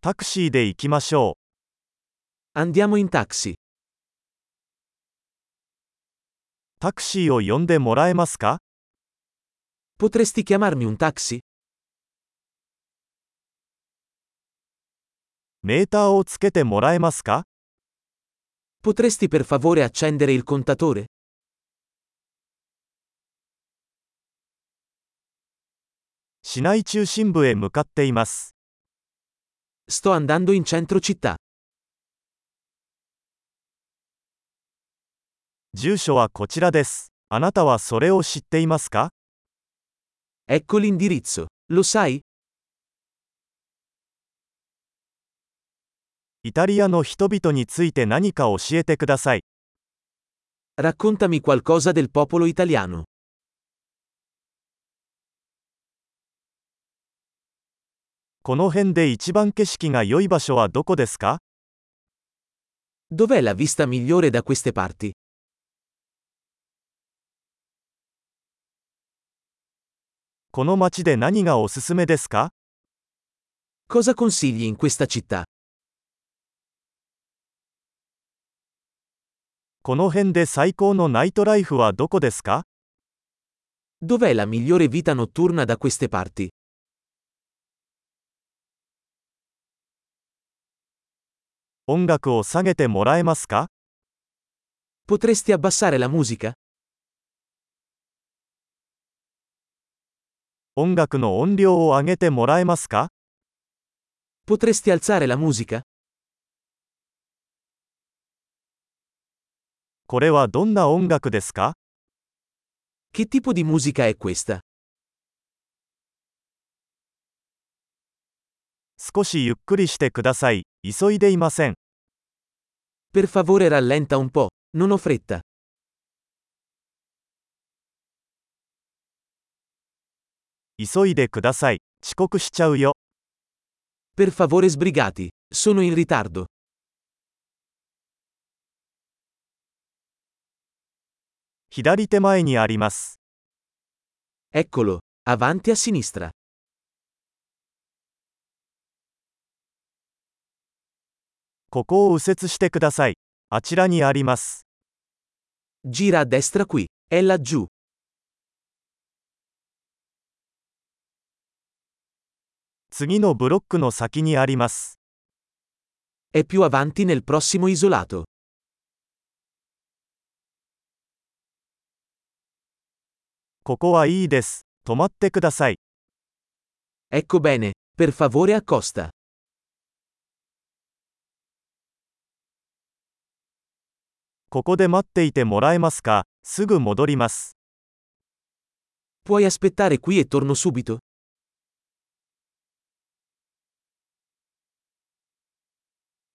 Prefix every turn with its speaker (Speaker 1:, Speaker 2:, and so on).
Speaker 1: タクシーで行きましょ
Speaker 2: Andiamo in taxi.
Speaker 1: う。タクシーを呼んでもらえますか
Speaker 2: Potresti chiamarmi un taxi?
Speaker 1: メーターをつけてもらえますか
Speaker 2: Potresti per favore accendere il contatore?
Speaker 1: 市内中心部へ向かっています。
Speaker 2: Sto andando in centro città.
Speaker 1: 住所はこちらです。あなたはそれを知っていますか
Speaker 2: Ecco l'indirizzo. Lo sai?
Speaker 1: イタリアの人々について何か教えてください。
Speaker 2: Raccontami qualcosa del popolo italiano.
Speaker 1: この辺で一番景色が良い場所はどこですか
Speaker 2: Dov'è la vista migliore da queste parti?
Speaker 1: この街で何がおすすめですか
Speaker 2: Cosa consigli in questa città?
Speaker 1: この辺で最高のナイトライフはどこですか
Speaker 2: Dov'è la migliore vita notturna da queste parti?
Speaker 1: 音楽を下げてもらえますか
Speaker 2: Potresti abbassare la musica?
Speaker 1: 音楽の音量を上げてもらえますか
Speaker 2: Potresti alzare la musica?
Speaker 1: これはどんな音楽ですか
Speaker 2: Che tipo di musica è questa?
Speaker 1: 少しゆっくりしてください。急いでいません。
Speaker 2: Per favore rallenta un po', non ho fretta.
Speaker 1: 急いでください。遅刻しちゃうよ。
Speaker 2: Per favore sbrigati, sono in ritardo.
Speaker 1: 左手前にあります。
Speaker 2: Eccolo, avanti a sinistra.
Speaker 1: ここを右折してください。あちらにあります。
Speaker 2: Gira a destra qui, è laggiù.
Speaker 1: 次のブロックの先にあります。
Speaker 2: È più avanti nel prossimo isolato.
Speaker 1: ここはいいです。止まってください。
Speaker 2: Ecco bene, per favore accosta.
Speaker 1: ここで待っていてもらえますかすぐ戻ります。
Speaker 2: Puoi aspettare qui e torno subito?